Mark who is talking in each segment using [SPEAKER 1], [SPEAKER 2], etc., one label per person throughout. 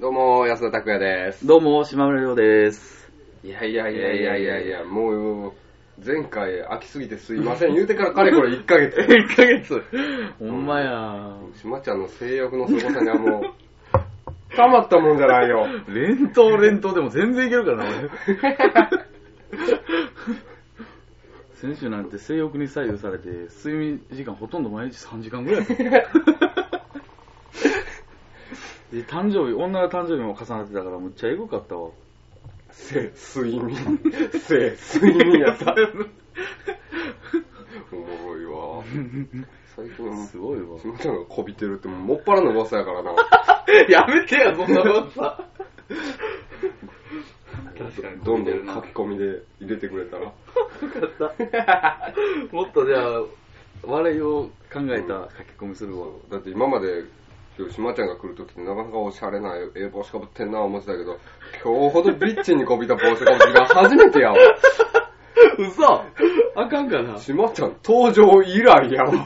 [SPEAKER 1] どうも、安田拓也です。
[SPEAKER 2] どうも、島村亮です。
[SPEAKER 1] いやいやいやいやいやいや、もう、前回飽きすぎてすいません。言うてからかれこれ1ヶ 月。
[SPEAKER 2] 1ヶ 月ほんまや
[SPEAKER 1] 島ちゃんの性欲の凄さにはもう、たまったもんじゃない よ。
[SPEAKER 2] 連投連投でも全然いけるから な、俺。選手なんて性欲に左右されて、睡眠時間ほとんど毎日3時間ぐらい やった。で誕生日、女の誕生日も重なってたから、むっちゃエグかった わ。
[SPEAKER 1] 性、睡眠。性、睡眠やった。おもろいわ。最近、
[SPEAKER 2] すごいわ。
[SPEAKER 1] 島ちゃんがこびてるってもうもっぱらの噂やから な。
[SPEAKER 2] やめてや、そんなことさ。確かに、
[SPEAKER 1] どんどん書き込みで入れてくれたら。
[SPEAKER 2] よかった。もっとじゃあ、笑いを考えた書き込みするわ。
[SPEAKER 1] だって今まで今日島ちゃんが来るときってなかなかおしゃれなええ帽子かぶってんな思ってたけど今日ほどビッチにこびた帽子かぶってが初めてやわ
[SPEAKER 2] 嘘あかんかな
[SPEAKER 1] 島ちゃん登場以来 やわ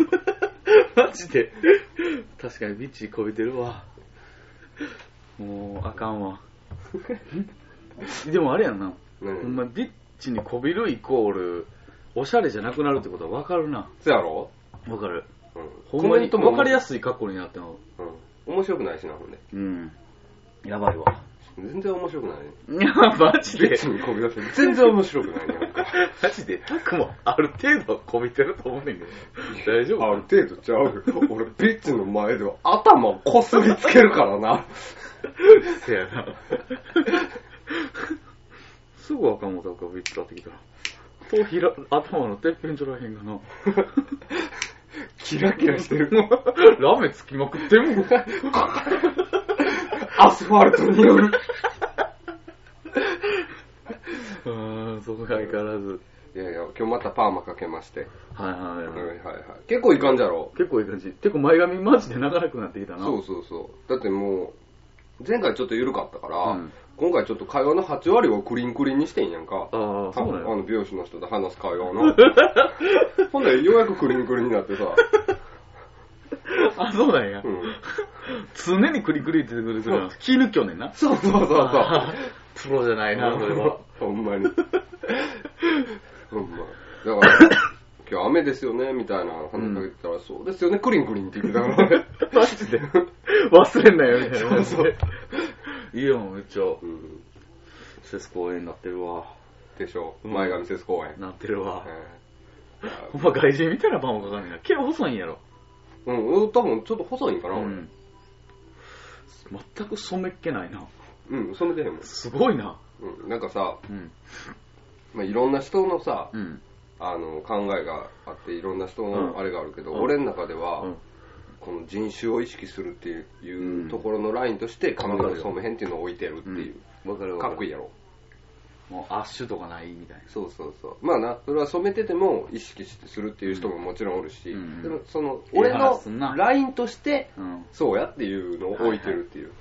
[SPEAKER 2] マジで確かにビッチこびてるわ。もう、あかんわ。でもあれやな。ほ
[SPEAKER 1] 何
[SPEAKER 2] んま、ビッチにこびるイコール、おしゃれじゃなくなるってことはわかるな。
[SPEAKER 1] そうやろ、
[SPEAKER 2] わかる。
[SPEAKER 1] うん、
[SPEAKER 2] ほんまに、わかりや
[SPEAKER 1] す
[SPEAKER 2] すい格好になっての。
[SPEAKER 1] い、うん、面白くないしなほんで
[SPEAKER 2] うん。やばいわ。
[SPEAKER 1] 全然面白くない
[SPEAKER 2] いや、マジ
[SPEAKER 1] ビ
[SPEAKER 2] で
[SPEAKER 1] ッ。チにこびだして全然面白くないなん か
[SPEAKER 2] マジで、タクもある程度こびてると思うねんけど。大丈夫
[SPEAKER 1] ある程度ちゃうよ俺ビッチの前では頭をこすりつけるからな
[SPEAKER 2] せやな。すぐ赤本がビッチ立ってきたら。頭ひら、頭のてっぺんじゃらへんがな。
[SPEAKER 1] キラキラしてる
[SPEAKER 2] ラメつきまくってんもん。
[SPEAKER 1] アスファルトによる
[SPEAKER 2] うーん、そこが相変わらず。
[SPEAKER 1] いやいや今日またパーマかけまして
[SPEAKER 2] はいはい
[SPEAKER 1] はい
[SPEAKER 2] はい。
[SPEAKER 1] はいはい。結構いかんじゃろ。
[SPEAKER 2] 結構いい感じ。結構前髪マジで長くなってきたな。
[SPEAKER 1] そうそうそう。だってもう、前回ちょっと緩かったから、
[SPEAKER 2] うん
[SPEAKER 1] 今回ちょっと会話の8割をクリンクリンにしてんやんか。
[SPEAKER 2] ああ、
[SPEAKER 1] た
[SPEAKER 2] そうなん
[SPEAKER 1] あ
[SPEAKER 2] や。
[SPEAKER 1] の美容師の人と話す会話 の。ほんで、ようやくクリンクリンになってさ。
[SPEAKER 2] あ、そうなんや
[SPEAKER 1] う。ん。
[SPEAKER 2] 常にクリクリって出てくるから、気抜きょねんな。
[SPEAKER 1] そうそうそうそう。
[SPEAKER 2] プロじゃないな、それは。
[SPEAKER 1] ほんまに。ほんま。だから、今日雨ですよね、みたいな話しかけてたら、そうですよね、クリンクリンって言ってたから。
[SPEAKER 2] マジで忘れんなよ、みたいな感じ
[SPEAKER 1] そう
[SPEAKER 2] で。いいよ、めっちゃ。
[SPEAKER 1] うん。
[SPEAKER 2] セス公園なってるわ。
[SPEAKER 1] でしょ。前髪節公園。
[SPEAKER 2] なってるわ。
[SPEAKER 1] うん
[SPEAKER 2] ほんま外人みたいなパンもかかんねんな。毛細いんやろ。
[SPEAKER 1] うん、多分ちょっと細いんか
[SPEAKER 2] う
[SPEAKER 1] な、俺。
[SPEAKER 2] ん。全く染めっけないな。
[SPEAKER 1] うん、染めてへんもん。
[SPEAKER 2] すごいな。
[SPEAKER 1] うん、なんかさ、
[SPEAKER 2] うん。
[SPEAKER 1] まあ、いろんな人のさ、
[SPEAKER 2] うん。
[SPEAKER 1] あの、考えがあって、いろんな人
[SPEAKER 2] うん
[SPEAKER 1] のあれがあるけど、
[SPEAKER 2] うん
[SPEAKER 1] 俺の中では、
[SPEAKER 2] うん
[SPEAKER 1] この人種を意識するっていう
[SPEAKER 2] うん
[SPEAKER 1] ところのラインとして、髪
[SPEAKER 2] わか
[SPEAKER 1] の
[SPEAKER 2] る
[SPEAKER 1] 毛
[SPEAKER 2] よ
[SPEAKER 1] 染めへんっていうのを置いてるっていう。
[SPEAKER 2] わかる
[SPEAKER 1] かっこい
[SPEAKER 2] い
[SPEAKER 1] いやろ。
[SPEAKER 2] い。もうアッシュとかないみたいな。
[SPEAKER 1] そうそうそう。まあな、それは染めてても意識してするっていう人ももちろんおるし、
[SPEAKER 2] うん
[SPEAKER 1] でもその、
[SPEAKER 2] ええ
[SPEAKER 1] 俺
[SPEAKER 2] 話
[SPEAKER 1] の
[SPEAKER 2] すんな
[SPEAKER 1] ラインとして、
[SPEAKER 2] うん。
[SPEAKER 1] そうやっていうのを置いてるっていう。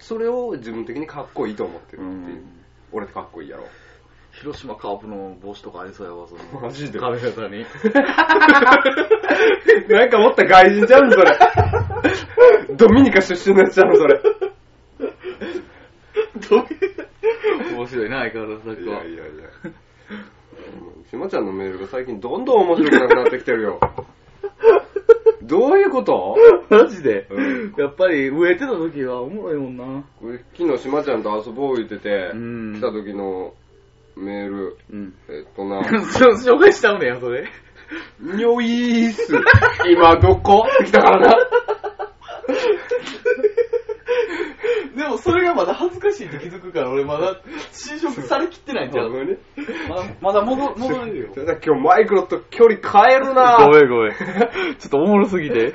[SPEAKER 1] それを自分的にかっこいいと思ってるっていう。
[SPEAKER 2] うん
[SPEAKER 1] 俺ってかっこいいやろ。
[SPEAKER 2] 広島カープの帽子とかありそうやわ、その。
[SPEAKER 1] マジで
[SPEAKER 2] 髪型に。
[SPEAKER 1] なんかもっと外 人ちゃうんそれ。ドミニカ出身のやつちゃうんそれ。
[SPEAKER 2] どういう。面白いな、相変わらず
[SPEAKER 1] い
[SPEAKER 2] 作
[SPEAKER 1] や
[SPEAKER 2] はい
[SPEAKER 1] やいや。しまちゃんのメールが最近どんどん面白くなくなってきてるよ。どういうこと
[SPEAKER 2] マジで、
[SPEAKER 1] うん
[SPEAKER 2] やっぱり植えてた時はおもろいもんな。
[SPEAKER 1] 昨日しまちゃんと遊ぼう言ってて、
[SPEAKER 2] うん
[SPEAKER 1] 来た時のメール、
[SPEAKER 2] うん。
[SPEAKER 1] えっと な、
[SPEAKER 2] そう紹介しちゃうねや、それ。
[SPEAKER 1] にょいーす、今どこって来たからな。
[SPEAKER 2] でもそれがまだ恥ずかしいって気づくから、俺まだ侵食されきってないんちゃう。
[SPEAKER 1] に
[SPEAKER 2] まだまだ戻戻れるよ。
[SPEAKER 1] 今日マイクロと距離変えるな
[SPEAKER 2] ごめんごめん。ちょっとおもろすぎて。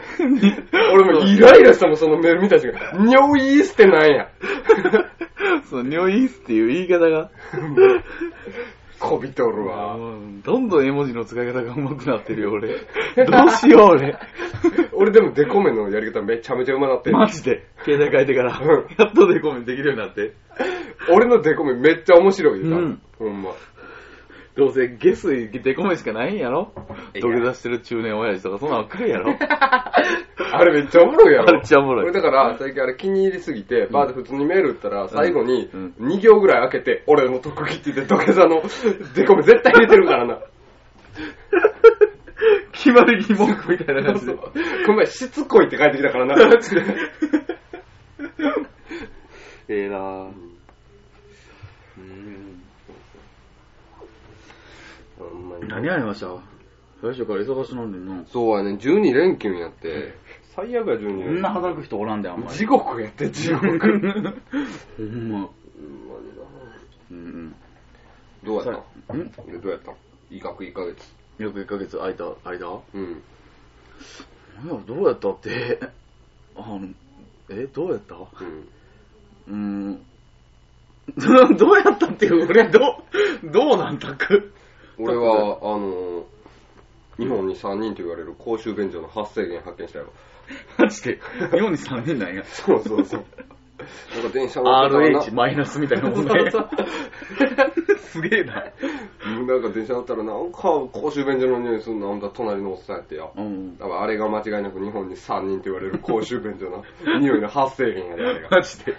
[SPEAKER 1] 俺もイライラしたもん、そのメール見た瞬間。にょいーすってなんや。
[SPEAKER 2] そう、尿意っていう言い方が。
[SPEAKER 1] こびとるわ。
[SPEAKER 2] どんどん絵文字の使い方が上手くなってるよ、俺。どうしよう、俺。
[SPEAKER 1] 俺でもデコメのやり方めちゃめちゃうまなってる。
[SPEAKER 2] マジで。携帯変えてから
[SPEAKER 1] うん、
[SPEAKER 2] やっとデコメンできるようになって。
[SPEAKER 1] 俺のデコメめっちゃ面白いよ、多分
[SPEAKER 2] うん
[SPEAKER 1] ほんま。
[SPEAKER 2] どうせ下水デコめしかないんやろ
[SPEAKER 1] いや
[SPEAKER 2] 土下座してる中年親父とかそんなばっかりやろ
[SPEAKER 1] あれめっちゃおもろいやろ。
[SPEAKER 2] あれめっちゃおもろい
[SPEAKER 1] 俺だから、最近あれ気に入りすぎて、バーで普通にメール打ったら、最後に
[SPEAKER 2] うん
[SPEAKER 1] 2行ぐらい開けて、俺の特技って言って土下座の デコメ絶対入れてるからな。
[SPEAKER 2] 決まりに文句 みたいな感じで
[SPEAKER 1] この前しつこいって書いてきたからな。
[SPEAKER 2] ええなぁうん
[SPEAKER 1] ほんまに
[SPEAKER 2] 何やりました最初から忙しなんでんな
[SPEAKER 1] そうやね、12連休やって。最悪や、12
[SPEAKER 2] こ
[SPEAKER 1] 連
[SPEAKER 2] ん
[SPEAKER 1] 休。
[SPEAKER 2] な働く人おらんであんまり
[SPEAKER 1] 地獄やって、 地獄。ほんまにな
[SPEAKER 2] ほんまうん
[SPEAKER 1] どうやったの
[SPEAKER 2] うんん
[SPEAKER 1] 俺どうやったの医学1ヶ月。
[SPEAKER 2] 約1ヶ月空いた間
[SPEAKER 1] うん。
[SPEAKER 2] いやどうやったって あのえどうやったう
[SPEAKER 1] うん。
[SPEAKER 2] ーん どうやったっていう俺どうどうなんたく
[SPEAKER 1] 俺は、あの、日本に3人と言われる公衆便所の発生源発見したよ。
[SPEAKER 2] マジで日本に3人なんや
[SPEAKER 1] そうそうそう。 なんか電車乗ってたらな
[SPEAKER 2] RH マイナスみたいなもんね
[SPEAKER 1] そう
[SPEAKER 2] すげえな
[SPEAKER 1] なんか電車乗ったらなんか公衆便所の匂いするな、あんた隣のおっさんやってよ。
[SPEAKER 2] うん
[SPEAKER 1] だからあれが間違いなく日本に3人と言われる公衆便 所の匂いの発生源やで、あれが。
[SPEAKER 2] マジで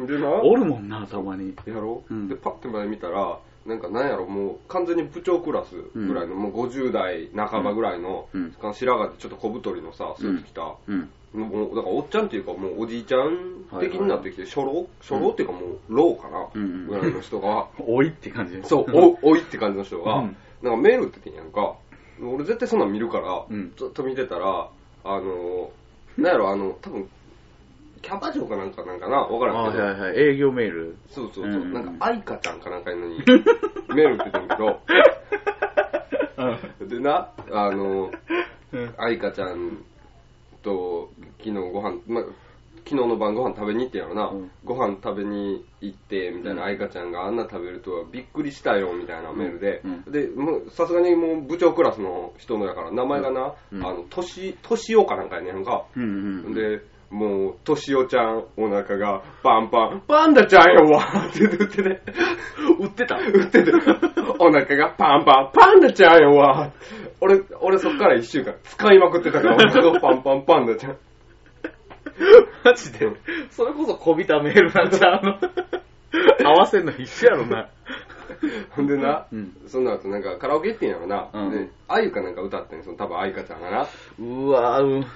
[SPEAKER 1] でな、
[SPEAKER 2] おるもんなたまに
[SPEAKER 1] やろ、
[SPEAKER 2] うん
[SPEAKER 1] で、パッて前見たら、なんかなんやろ、もう完全に部長クラスぐらいの、もう50代半ばぐらいの、
[SPEAKER 2] うん
[SPEAKER 1] 白髪でちょっと小太りのさ、スーツ着た、
[SPEAKER 2] うん
[SPEAKER 1] もうだからおっちゃんっていうかもうおじいちゃん的になってきて、初老初老っていうかもう老かな、
[SPEAKER 2] うんうん
[SPEAKER 1] ぐらいの人 が、
[SPEAKER 2] おいって感じ
[SPEAKER 1] そう、お、おいって感じの人が、
[SPEAKER 2] うん
[SPEAKER 1] なんかメール打ってきてんやんか、俺絶対そんなん見るから、
[SPEAKER 2] うん
[SPEAKER 1] ずっと見てたら、あの、なんやろ、あの、多分キャバ嬢かなんかなんかな、わか
[SPEAKER 2] あ
[SPEAKER 1] らんけ
[SPEAKER 2] はい
[SPEAKER 1] ど、
[SPEAKER 2] はいはい営業メール
[SPEAKER 1] そうそうそう、
[SPEAKER 2] うんうん
[SPEAKER 1] なんか愛花ちゃんかなんかいうの に、メール打ってたんやけど、でな、あの、
[SPEAKER 2] うん
[SPEAKER 1] 愛花ちゃんと昨日ご飯、ま、昨日の晩ご飯食べに行ってんやろな、
[SPEAKER 2] うん
[SPEAKER 1] ご飯食べに行ってみたいな、愛花ちゃんがあんな食べるとはびっくりしたよみたいなメールで、
[SPEAKER 2] うん
[SPEAKER 1] でもうさすがにもう部長クラスの人のやから名前がな、
[SPEAKER 2] うん
[SPEAKER 1] あの年年男かなんかやねんか、
[SPEAKER 2] うんうん
[SPEAKER 1] でもう、としおちゃん、お腹がパンパン、パンダちゃんよわって言ってて、
[SPEAKER 2] 売ってた
[SPEAKER 1] 売ってて、お腹がパンパン、パンダちゃんよわ俺、俺そっから一週間使いまくってたから、お腹がパンパンパンダちゃん。
[SPEAKER 2] マジでそれこそこびたメールなんちゃうの合わせんの一緒やろな。
[SPEAKER 1] ほんでな、
[SPEAKER 2] うん
[SPEAKER 1] その後なんかカラオケ行ってんやろな、
[SPEAKER 2] うん
[SPEAKER 1] で、あゆかなんか歌ってん、その多分あいかちゃんがな。
[SPEAKER 2] うわぁ、うん。
[SPEAKER 1] う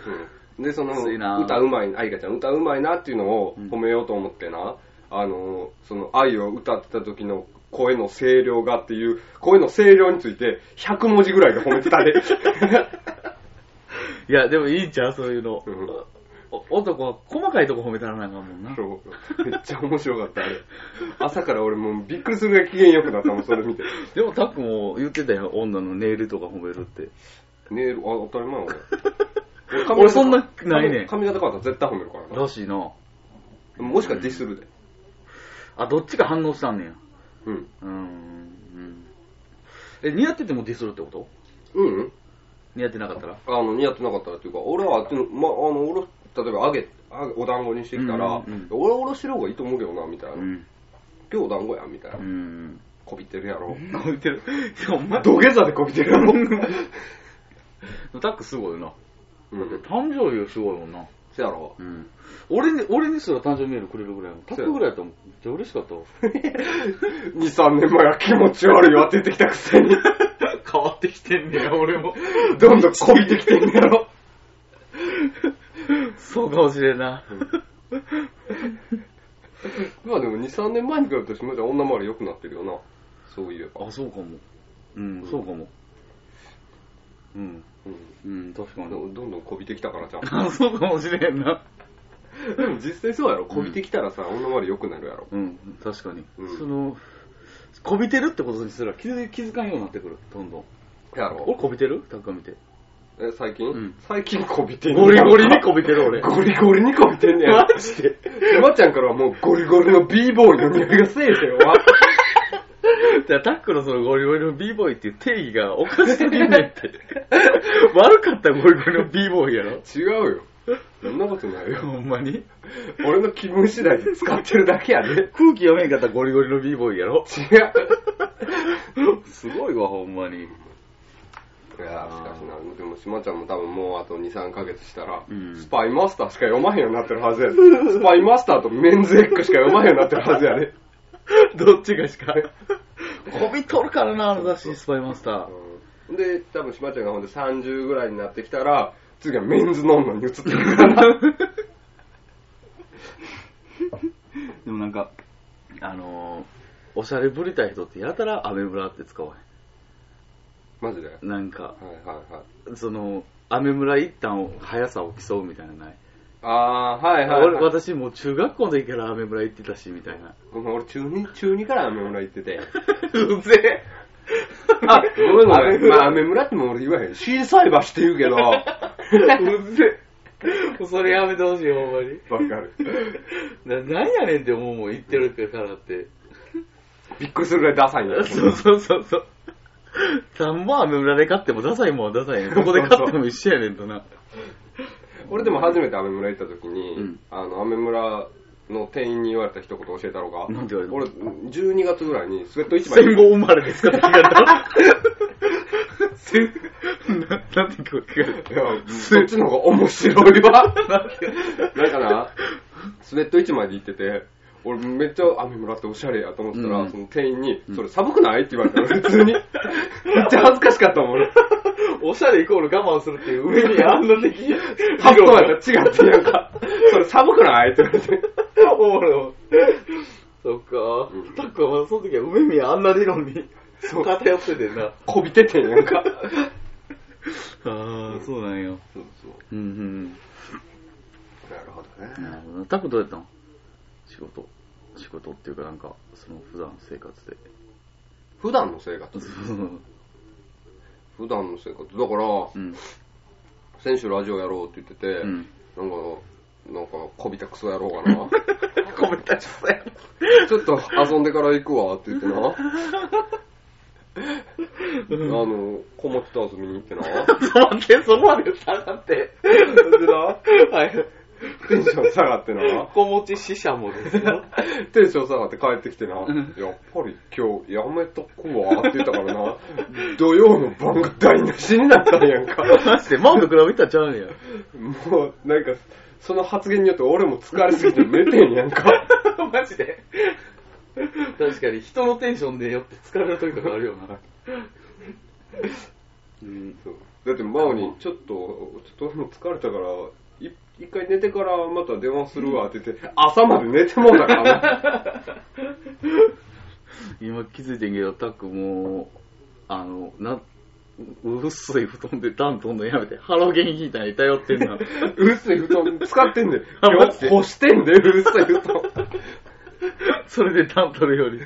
[SPEAKER 1] ん、で、その、
[SPEAKER 2] 熱いな
[SPEAKER 1] 歌うまい、あいかちゃん歌うまいなっていうのを
[SPEAKER 2] うん
[SPEAKER 1] 褒めようと思ってな、あの、その愛を歌ってた時の声の声量がっていう、声の声量について100文字ぐらいで褒めてた で。
[SPEAKER 2] いや、でもいいんちゃうそういうの
[SPEAKER 1] うん。
[SPEAKER 2] お男は細かいとこ褒めたらなあかんもんな。
[SPEAKER 1] そうめっちゃ面白かった、あれ。朝から俺もうびっくりするぐらい機嫌良くなったもん、それ見て。
[SPEAKER 2] でもタックも言ってたよ、女のネイルとか褒めるって。
[SPEAKER 1] ネイル、あ、当たり前俺。
[SPEAKER 2] 俺そんなないねん
[SPEAKER 1] 髪型変わったら絶対褒めるからな。
[SPEAKER 2] らしいな。
[SPEAKER 1] もしかディスるで。
[SPEAKER 2] あ、どっちか反応したんねや。
[SPEAKER 1] うん。
[SPEAKER 2] うーんうん。え、似合っててもディスるってこと
[SPEAKER 1] うん、うん。
[SPEAKER 2] 似合ってなかったら
[SPEAKER 1] あの似合ってなかったらっていうか、俺はあっちの、ま、あの、おろ、例えば揚げ、揚げお団子にしてきたら、
[SPEAKER 2] うんうん
[SPEAKER 1] 俺はおろしてる方がいいと思うけどな、みたいな。
[SPEAKER 2] ん。
[SPEAKER 1] 今日お団子や、みたいな
[SPEAKER 2] う。ん。
[SPEAKER 1] こびってるや ろ。
[SPEAKER 2] こびてる。いや、お前、
[SPEAKER 1] 土下座でこびてるやろ。
[SPEAKER 2] タックすごいな。
[SPEAKER 1] うん。
[SPEAKER 2] 誕生日がすごいもんな。
[SPEAKER 1] せやろ。
[SPEAKER 2] うん。俺に、俺にすら誕生日メールくれるぐらいやもん。タックぐらいやったらめっちゃ嬉しかったわ。
[SPEAKER 1] 2、3年前は気持ち悪いわって言ってきたくせ に、
[SPEAKER 2] 変わってきてん ねや、俺も。
[SPEAKER 1] どんどんこびてきてんやろ。
[SPEAKER 2] そうかもしれんな。
[SPEAKER 1] まあでも2、3年前に比べてしまちゃん女周り良くなってるよな。そういえば。
[SPEAKER 2] あ、そうかも。うん、そうかも。うん、
[SPEAKER 1] うん。
[SPEAKER 2] うん、確か
[SPEAKER 1] ど
[SPEAKER 2] に。
[SPEAKER 1] んどんこびてきたからじゃん。
[SPEAKER 2] あ、 そうかもしれんな。
[SPEAKER 1] でも実際そうやろ。こびてきたらさ、女周り良くなるやろ。
[SPEAKER 2] うん、確かに。
[SPEAKER 1] うん
[SPEAKER 2] その、こびてるってことにすら気づ気づかんようになってくる、どんどん。
[SPEAKER 1] やろ。
[SPEAKER 2] 俺こびてるタッカ見て。
[SPEAKER 1] え、最近、
[SPEAKER 2] うん
[SPEAKER 1] 最近こびてんねや
[SPEAKER 2] ゴリゴリにこびてる俺。
[SPEAKER 1] ゴリゴリにこびてんねや。
[SPEAKER 2] マジで。
[SPEAKER 1] まっちゃんからはもうゴリゴリの b ボーイの匂いがせえへ んわ。
[SPEAKER 2] でタックのそのゴリゴリの b ボーイっていう定 義がおかしすぎんねんって。悪かったゴリゴリの b ボーイやろ。
[SPEAKER 1] 違うよ。そんなことないよ。
[SPEAKER 2] ほんまに
[SPEAKER 1] 俺の気分次第で使ってるだけやで。
[SPEAKER 2] 空気読めんかったらゴリゴリの b ボーイやろ
[SPEAKER 1] 違う。
[SPEAKER 2] すごいわ、ほんまに。
[SPEAKER 1] いやーしかしな、でも島ちゃんも多分もうあと2、3ヶ月したら、
[SPEAKER 2] うん
[SPEAKER 1] スパイマスターしか読まへんようになってるはずやで。スパイマスターとメンズエッグしか読まへんようになってるはずやで。
[SPEAKER 2] どっちがし か。こびとるからな、あの雑誌、スパイマスター。
[SPEAKER 1] うんで、多分島ちゃんがほんで30ぐらいになってきたら、次はメンズノンノに移ってくる から。
[SPEAKER 2] でもなんか、あのー、おしゃれぶりたい人ってやたらアメ村って使わ
[SPEAKER 1] マジではい
[SPEAKER 2] へん。なんか、
[SPEAKER 1] はいはい。
[SPEAKER 2] その、アメ村一旦速さを競うみたいなのない。
[SPEAKER 1] あー、はいはい、
[SPEAKER 2] 俺
[SPEAKER 1] はい。
[SPEAKER 2] 私もう中学校の時からアメ村行ってたし、みたいな。
[SPEAKER 1] ごめん、俺中2、中2からアメ村行ってて。
[SPEAKER 2] うぜ
[SPEAKER 1] あ、ごめんごめ
[SPEAKER 2] 雨
[SPEAKER 1] ん。
[SPEAKER 2] 村
[SPEAKER 1] まあ、アメ村っても俺言わへん。シーサイ橋って言う けど。わか
[SPEAKER 2] うぜそれやめてほしい、ほんまに。
[SPEAKER 1] る。
[SPEAKER 2] な、なんやねんって思うもん、言ってるからって。
[SPEAKER 1] びっくりするぐらいダサいんだよ。
[SPEAKER 2] そうそうそうそう。3本アメ村で買ってもダサいもんはダサいねん。どこで買っても一緒やねんとな。
[SPEAKER 1] 俺でも初めてアメ村行った時に、
[SPEAKER 2] うん
[SPEAKER 1] あの、アメ村の店員に言われた一言教えたろうが。
[SPEAKER 2] なんて言われた
[SPEAKER 1] 俺、12月ぐらいにスウェット一枚
[SPEAKER 2] 戦後生まれですかって聞かれた。 戦ななんて聞かれ
[SPEAKER 1] いや、そっちの方が面白い わ。だから、スウェット一枚で行ってて、俺めっちゃ雨村っておしゃれやと思ったら、
[SPEAKER 2] うん
[SPEAKER 1] その店員に、それ寒くないって言われたの、普通に。めっちゃ恥ずかしかったもん、俺。
[SPEAKER 2] た。おしゃれイコール我慢するっていう上にあんな的
[SPEAKER 1] 発想やったら違って、なんか、それ寒くないって言われて。
[SPEAKER 2] おもろそっか
[SPEAKER 1] うん。
[SPEAKER 2] タックはまだその時は梅宮あんな理論に
[SPEAKER 1] そう
[SPEAKER 2] 偏っててんな。
[SPEAKER 1] こびててんやんか。
[SPEAKER 2] ああ、そうなんよ。
[SPEAKER 1] そうそう。
[SPEAKER 2] うんうん
[SPEAKER 1] なるほど
[SPEAKER 2] うん。な
[SPEAKER 1] ね。
[SPEAKER 2] るほど。タックどうやったの仕事。仕事っていうかなんか、その普段生活で。
[SPEAKER 1] 普段の生活。
[SPEAKER 2] う
[SPEAKER 1] 普段の生活。だから、
[SPEAKER 2] ん。
[SPEAKER 1] 先週ラジオやろうって言ってて、
[SPEAKER 2] うん。
[SPEAKER 1] なんか、なんか、 こびたクソやろうかな。
[SPEAKER 2] ごめんなさい。
[SPEAKER 1] ちょっと遊んでから行くわって言ってな。あの、子持ちと遊びに行ってな。
[SPEAKER 2] ちょっと待って、そこまで下がって。はい。
[SPEAKER 1] テンション下がってな。
[SPEAKER 2] 子持ち死者もですよ。
[SPEAKER 1] テンション下がって帰ってきてな。やっぱり今日やめとくわって言ったからな。土曜の晩が台無しになったんやんか。
[SPEAKER 2] マジで、 マウンド比べたらちゃうんや。
[SPEAKER 1] もう、なんか、その発言によって俺も疲れすぎて寝てんやんか。
[SPEAKER 2] マジで。確かに、人のテンションでよって疲れる時とかあるよな。うん。
[SPEAKER 1] そうだって真央に、ちょっと、ちょっと俺も疲れたから、い一回寝てからまた電話するわって言って、朝まで寝てもうたからな。
[SPEAKER 2] 今気づいてんけど、タックもう、あの、な、うっすい布団で暖飛んのやめて、ハロゲンヒーターに頼ってん な。
[SPEAKER 1] うっすい布団使ってんで。
[SPEAKER 2] あ
[SPEAKER 1] 今
[SPEAKER 2] マジ
[SPEAKER 1] 日
[SPEAKER 2] で
[SPEAKER 1] 干してんで、うっすい布団。
[SPEAKER 2] それで暖取るより。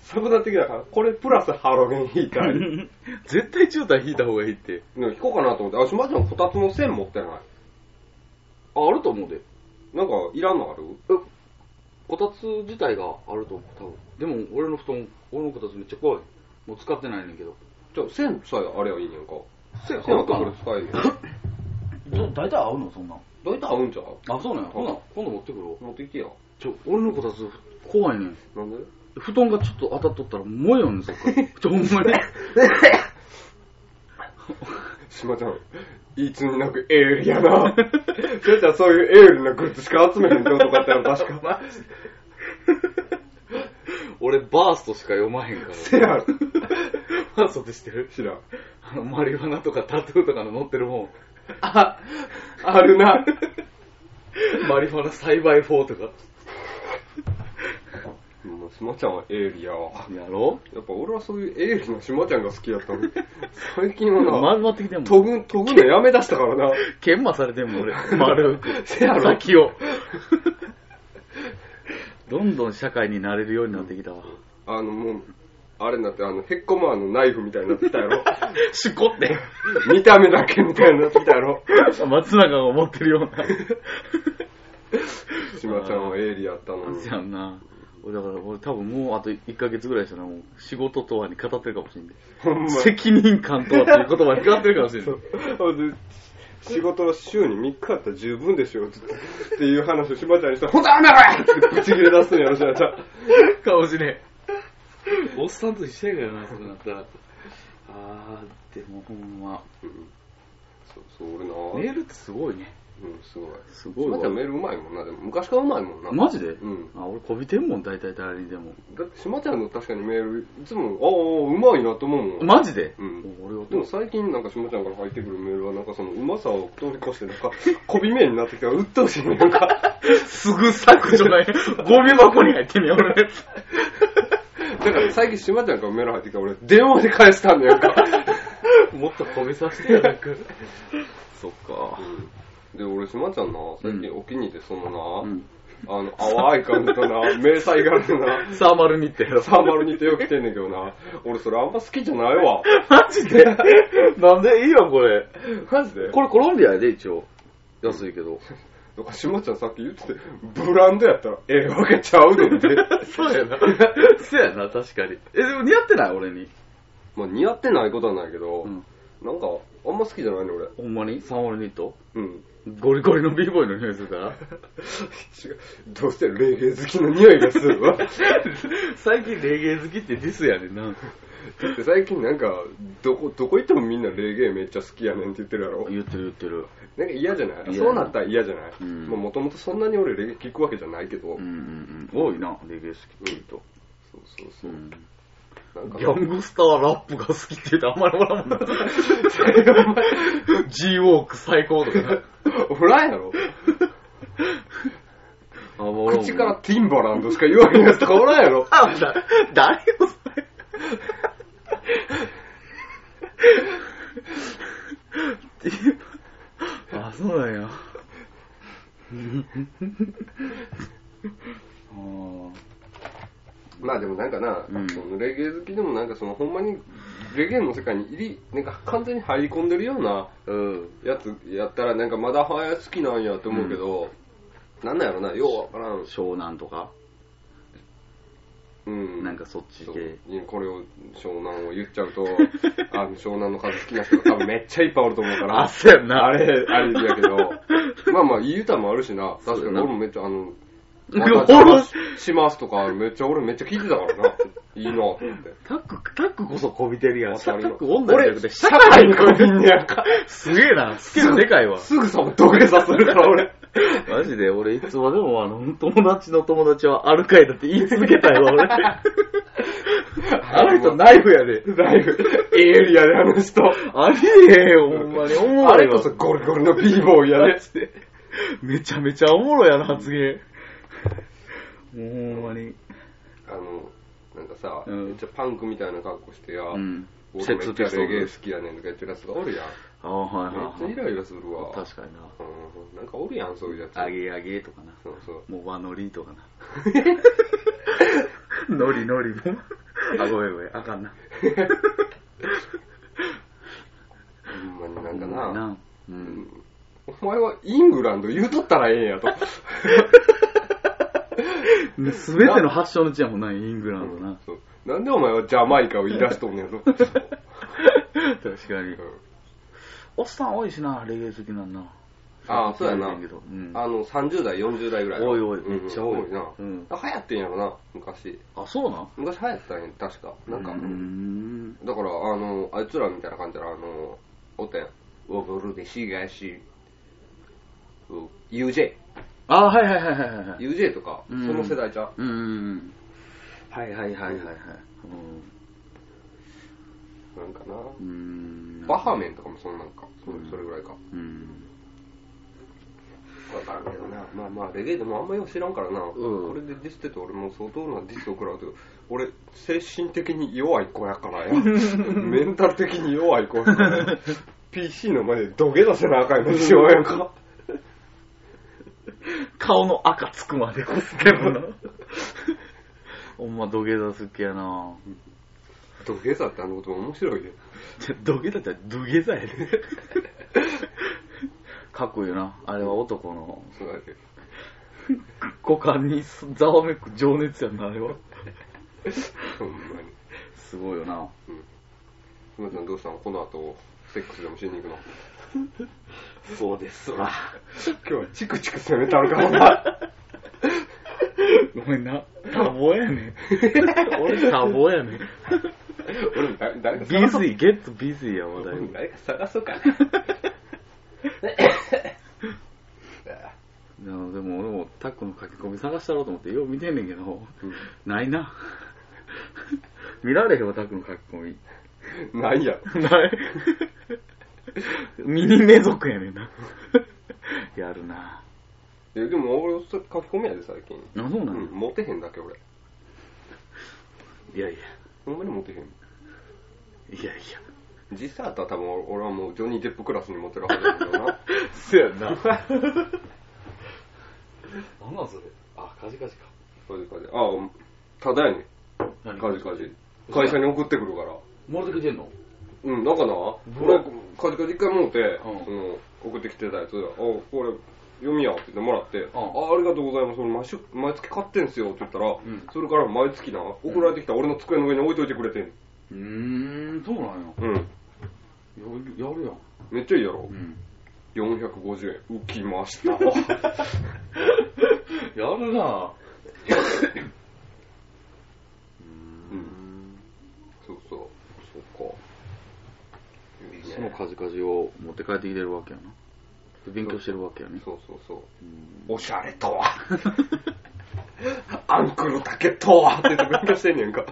[SPEAKER 1] サダ的だから、これプラスハロゲンヒーター。
[SPEAKER 2] 絶対中途引いた方がいいって。
[SPEAKER 1] でも引こうかなと思って、あ、島ちゃんこたつの線持ってない。
[SPEAKER 2] あ、あると思うで。
[SPEAKER 1] なんか、いらんのある
[SPEAKER 2] こたつ自体があると思う、多分。でも、俺の布団、俺のこたつめっちゃ怖い。もう使ってないねんけど。
[SPEAKER 1] じゃあ、線さえあればいいねんか。
[SPEAKER 2] せ
[SPEAKER 1] 線あったらこれ使えるよ。
[SPEAKER 2] 大体合うの、そんなん。
[SPEAKER 1] どういったら合うんちゃう
[SPEAKER 2] あ、そうなんや。
[SPEAKER 1] ほ
[SPEAKER 2] ほ
[SPEAKER 1] な
[SPEAKER 2] な、今度持ってくる
[SPEAKER 1] 持ってきてよ。
[SPEAKER 2] ちょ、俺のこたつ、怖いねん。
[SPEAKER 1] なん で
[SPEAKER 2] 布団がちょっと当たっとったら、燃えよんねん、そっから。 ちょ、ほんまに。
[SPEAKER 1] 島ちゃん、いつになくエールやな。島ちゃんそういうエールなグッズしか集めへんってことかってやろ、確か。
[SPEAKER 2] マジで俺、バーストしか読まへんから。
[SPEAKER 1] せやろ。
[SPEAKER 2] バーストって知ってる
[SPEAKER 1] 知らん。
[SPEAKER 2] あの、マリファナとかタトゥーとかの載ってる本。
[SPEAKER 1] あ、あるな。
[SPEAKER 2] マリファナ栽培法とか。
[SPEAKER 1] もう島ちゃんはエールやわ。
[SPEAKER 2] やろ
[SPEAKER 1] やっぱ俺はそういうエールの島ちゃんが好きやったのに、最近はな、
[SPEAKER 2] ま、待ってきてんもん。
[SPEAKER 1] とぐ、とぐのやめだしたからな。
[SPEAKER 2] 研磨されてんもん、俺。丸く。
[SPEAKER 1] せやろ
[SPEAKER 2] 先を。どんどん社会に慣れるようになってきたわ。
[SPEAKER 1] あのもう、あれになって、あの、へっこまのナイフみたいになってきたや ろ。
[SPEAKER 2] しこって。
[SPEAKER 1] 見た目だけみたいになってきたやろ。
[SPEAKER 2] 松永が思ってるような。
[SPEAKER 1] 島ちゃんはエールやったのに
[SPEAKER 2] じ。ゃんな。俺だから俺多分もうあと1ヶ月ぐらいしたらもう仕事とはに語ってるかもしれない。
[SPEAKER 1] ほんま。
[SPEAKER 2] 責任感とはっていう言葉に語ってるかもしれない。
[SPEAKER 1] ほんで仕事週に3日あったら十分でしょって言ってっていう話を島ちゃんにしたら、ほんとダメだってブチ切れ出すんやろ、島ちゃん。
[SPEAKER 2] かもしれん。おっさんと一緒やからな、そうなったら。あー、でもほんま。
[SPEAKER 1] うんそう、そう、俺な
[SPEAKER 2] メールってすごいね。
[SPEAKER 1] うん、すごい。す
[SPEAKER 2] す
[SPEAKER 1] 島ちゃんメールうまいもんな。でも昔からうまいもんな。
[SPEAKER 2] マジで
[SPEAKER 1] うん。
[SPEAKER 2] あ、俺こびてんもん、大体誰にでも。
[SPEAKER 1] だって島ちゃんの確かにメール、いつも、ああ、うまいなと思うもん。
[SPEAKER 2] マジで
[SPEAKER 1] うん
[SPEAKER 2] 俺は
[SPEAKER 1] でも最近なんか島ちゃんから入ってくるメールはなんかそのうまさを通り越してなんか、こび名になってきたら鬱陶しいね。 なんか、
[SPEAKER 2] すぐ削除ない。 ゴミ箱に入ってんねん、俺のやつ。
[SPEAKER 1] だから最近島ちゃんからメール入ってきたら俺電話で返したんだよ。なんか
[SPEAKER 2] もっとこびさせてよ、なんか。 そっか。
[SPEAKER 1] で、俺島ちゃんな、最近
[SPEAKER 2] う
[SPEAKER 1] お気に入りでその
[SPEAKER 2] う
[SPEAKER 1] な、
[SPEAKER 2] ん。
[SPEAKER 1] あの、淡い感じとな、迷彩柄のな、
[SPEAKER 2] サーマルにってやろ。
[SPEAKER 1] サーマルにてよく来てんねんけどな、俺それあんま好きじゃないわ。
[SPEAKER 2] マジでなんでいいよ、これ。
[SPEAKER 1] マジで
[SPEAKER 2] これコロンビアやで、一応。安いけど。
[SPEAKER 1] なんか島ちゃんさっき言ってて、ブランドやったらええわけちゃうのって。
[SPEAKER 2] そうやな。そうやな、確かに。え、でも似合ってない俺に。
[SPEAKER 1] まあ似合ってないことはないけど、
[SPEAKER 2] うん。
[SPEAKER 1] なんか、あんま好きじゃないね、俺。
[SPEAKER 2] ほんまにサーマルニット
[SPEAKER 1] うん。
[SPEAKER 2] ゴリゴリの b ボーイの匂いするから。
[SPEAKER 1] 違う。どうして霊芸好きの 匂いがするわ。だ
[SPEAKER 2] 最近レゲエ好きってディスやねんな。
[SPEAKER 1] って最近なんか、どこ、どこ行ってもみんな霊芸めっちゃ好きやねんって言ってるやろ。
[SPEAKER 2] 言ってる言ってる。
[SPEAKER 1] なんか嫌じゃない
[SPEAKER 2] 嫌
[SPEAKER 1] そうなったら嫌じゃない
[SPEAKER 2] うん
[SPEAKER 1] もともとそんなに俺霊芸聞くわけじゃないけど。
[SPEAKER 2] うんうんうん。多いな、レゲエ好きって言うと。
[SPEAKER 1] そうそう
[SPEAKER 2] う
[SPEAKER 1] そう。
[SPEAKER 2] ん。
[SPEAKER 1] なんか
[SPEAKER 2] ギ、ャングスターラップが好きって言うとあんまりおらんもんな。G ウォーク最高とかな。
[SPEAKER 1] おらんやろ
[SPEAKER 2] あ、も
[SPEAKER 1] 口から。ティンバランドしか言わへんやつとかおらんやろ
[SPEAKER 2] あ、だ、誰よ、それ。っていうあ、そうなんや。あー
[SPEAKER 1] まあでもなんかな、
[SPEAKER 2] うん
[SPEAKER 1] そのレゲエ好きでもなんかそのほんまにレゲエの世界に入り、なんか完全に入り込んでるような
[SPEAKER 2] うん。
[SPEAKER 1] やつやったらなんかまだ早好きなんやと思うけど、なんなんやろな、ようわからん。
[SPEAKER 2] 湘南とか、
[SPEAKER 1] うん。
[SPEAKER 2] なんかそっち
[SPEAKER 1] そう
[SPEAKER 2] 系。
[SPEAKER 1] いやこれを湘南を言っちゃう と、あの湘南の数好きな人が多分めっちゃいっぱいおると思うから。
[SPEAKER 2] あ、そうやんな。
[SPEAKER 1] あれ、あれやけど。まあまあ、いい歌もあるしな。確かに俺もめっちゃ、あ の、
[SPEAKER 2] いや
[SPEAKER 1] またしますとか、めっちゃ俺めっちゃ聞いてたからな。いいなと思って。
[SPEAKER 2] タック、タックこそこびてるやん。
[SPEAKER 1] ま
[SPEAKER 2] タ
[SPEAKER 1] たあるよ
[SPEAKER 2] ック女じゃなくて、
[SPEAKER 1] 俺社会にこびてんねやんか。
[SPEAKER 2] すげえな。スケールでかいわ。
[SPEAKER 1] すぐさま土下座するから俺。
[SPEAKER 2] マジで、俺いつまでもあの、友達の友達はあるかいだって言い続けたいわ、 俺。あの人ナイフやで。
[SPEAKER 1] ライブ、エイリアであの人。
[SPEAKER 2] ありえへんよ、ほんまに。おもろいわ。
[SPEAKER 1] あれこそゴリゴリのビーボーイや
[SPEAKER 2] や
[SPEAKER 1] で
[SPEAKER 2] で。。 めちゃめちゃおもろいやな、発言。もうほんまに。
[SPEAKER 1] あの、なんかさ、
[SPEAKER 2] うん
[SPEAKER 1] めっちゃパンクみたいな格好してや、
[SPEAKER 2] うん。
[SPEAKER 1] 俺めっちゃレゲエ好
[SPEAKER 2] す。
[SPEAKER 1] きやねんとか言ってるやつがおるやん。
[SPEAKER 2] ああ、はい
[SPEAKER 1] めっちゃイ
[SPEAKER 2] は
[SPEAKER 1] ラ
[SPEAKER 2] い
[SPEAKER 1] イラする
[SPEAKER 2] は
[SPEAKER 1] わ。
[SPEAKER 2] い。確かにな。
[SPEAKER 1] うん、なんかおるやん、そういうやつ。
[SPEAKER 2] あげあげとかな。
[SPEAKER 1] そうそう。
[SPEAKER 2] もう和のりとか な。のりのりも。あ、ごめんごめん。あかんな。
[SPEAKER 1] ほんまになんか
[SPEAKER 2] ほんまに
[SPEAKER 1] な、
[SPEAKER 2] うん。
[SPEAKER 1] お前はイングランド言うとったらええんやと。
[SPEAKER 2] すべての発祥の地やもんな、イングランドな。
[SPEAKER 1] そうなんでお前はジャマイカを言い出しとんねやと。
[SPEAKER 2] 確かに
[SPEAKER 1] う。ん
[SPEAKER 2] おっさん多いしな、レゲエ好きなんな。
[SPEAKER 1] ああそうやな
[SPEAKER 2] けどうん
[SPEAKER 1] あの、30代、40代ぐらいの。
[SPEAKER 2] 多い多い、
[SPEAKER 1] うん
[SPEAKER 2] めっちゃ多い。
[SPEAKER 1] な。
[SPEAKER 2] うん
[SPEAKER 1] 流行ってんやろな、昔。
[SPEAKER 2] あ、そうなん
[SPEAKER 1] 昔流行ってたんや、確か。なんか、
[SPEAKER 2] うーん。
[SPEAKER 1] だから、あの、あいつらみたいな感じで、あの、おてん。踊るでしがし。うん UJ。
[SPEAKER 2] あ、はいはいはいはいはいはい。
[SPEAKER 1] UJ とか、そ
[SPEAKER 2] うん
[SPEAKER 1] の世代じゃん。
[SPEAKER 2] うんうんうん。はいはいはいはいはい。
[SPEAKER 1] なんかな。
[SPEAKER 2] うんうん。
[SPEAKER 1] バハメンとかもそんなんか。そ
[SPEAKER 2] うん
[SPEAKER 1] それぐらいか。
[SPEAKER 2] うん。
[SPEAKER 1] わからんけどな。まあまあ、レゲエでもあんまよう知らんからな。
[SPEAKER 2] ん
[SPEAKER 1] これでディスってて俺もう相当なディスを食らうけど、俺、精神的に弱い子やからや。 メンタル的に弱い子やからや。PC の前で土下座せなあかんのしようやんか。
[SPEAKER 2] 顔の赤つくまでこすけどな。 ほんま土下座好きやな
[SPEAKER 1] 土下座ってあのこと面白いで。
[SPEAKER 2] じゃ土下座だったら土下座やで。かっこいいよな。あれは男の
[SPEAKER 1] そうだけど
[SPEAKER 2] 股間にざわめく情熱やんな、あれは。
[SPEAKER 1] ほんまに。
[SPEAKER 2] すごいよな。
[SPEAKER 1] うん。すまちゃんどうしたのこの後、セックスでもしに行くの
[SPEAKER 2] そうですわ。
[SPEAKER 1] 今日はチクチク攻めたのかも な。
[SPEAKER 2] ごめんな。多忙やねん。 俺多忙や ねん。
[SPEAKER 1] 俺、だ誰か
[SPEAKER 2] ビ
[SPEAKER 1] 探
[SPEAKER 2] ーズ
[SPEAKER 1] そう
[SPEAKER 2] イ、ゲットビーズイやもん、だい
[SPEAKER 1] 俺
[SPEAKER 2] ぶ。
[SPEAKER 1] 誰か探そうかな。
[SPEAKER 2] でもでも俺もタックの書き込み探したろうと思ってよう見てんねんけど、ないな。 見られへんわ、タックの書き込み。
[SPEAKER 1] ないやろ。
[SPEAKER 2] ない。ミニメ族やねんな。やるな。
[SPEAKER 1] いやでも俺、書き込みやで、最近。
[SPEAKER 2] あ、そう
[SPEAKER 1] う
[SPEAKER 2] なん
[SPEAKER 1] ん、モテへんだけ俺。
[SPEAKER 2] いやいや。
[SPEAKER 1] ほんまにモテへん。
[SPEAKER 2] いやいや。
[SPEAKER 1] 実際あったら多分俺はもうジョニー・デップクラスにモテるはずだけどな。
[SPEAKER 2] そやん な。なんなんそれ。あ、カジカジか。
[SPEAKER 1] カジカジ。ああ、ただやねん。カジカジ。会社に送ってくるから。
[SPEAKER 2] もろてきてんの
[SPEAKER 1] うん、なんかな、
[SPEAKER 2] ぶ
[SPEAKER 1] 俺
[SPEAKER 2] わ、
[SPEAKER 1] カジカジ一回もろて、
[SPEAKER 2] うん
[SPEAKER 1] その、送ってきてたやつ、あ、これ、読みやって言ってもらって、
[SPEAKER 2] ん
[SPEAKER 1] あ、ありがとうございます、俺毎週、毎月買ってんすよって言ったら、
[SPEAKER 2] ん
[SPEAKER 1] それから毎月な、送られてきた俺の机の上に置いといてくれてん。
[SPEAKER 2] うーん、そうなんや。
[SPEAKER 1] うん。
[SPEAKER 2] ややるやん。
[SPEAKER 1] めっちゃいいやろ
[SPEAKER 2] う。ん。
[SPEAKER 1] 450円、浮きました。
[SPEAKER 2] やるな
[SPEAKER 1] うん。そうそう。そうか。いいね
[SPEAKER 2] そのカジカジを持って帰ってきてるわけやな。勉強してるわけやね。
[SPEAKER 1] そうそうそう。
[SPEAKER 2] うん
[SPEAKER 1] おしゃれと は。アンクルだけとはって言って勉強してんねんか。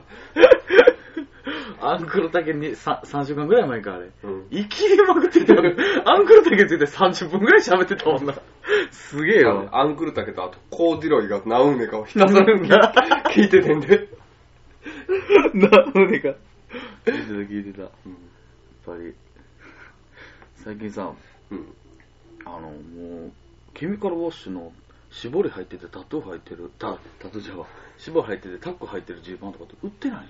[SPEAKER 2] アンクルだけに 3, 3週間ぐらい前か、あれ。
[SPEAKER 1] うん
[SPEAKER 2] 生きりまくってたよね。アンクルだけついて30分ぐらい喋ってたもんな。すげえよ。
[SPEAKER 1] アンクルタケとあとコーディロイがナウネカをひたすら 聞いててんで。
[SPEAKER 2] な、胸が。聞いてた、聞いてた。やっぱり、最近さ、
[SPEAKER 1] うん。
[SPEAKER 2] あの、もう、ケミカルウォッシュの絞り入っててタトゥー入ってる、タ、タトゥーじゃわ、絞り入っててタック入ってるジーパンとかって売ってないねん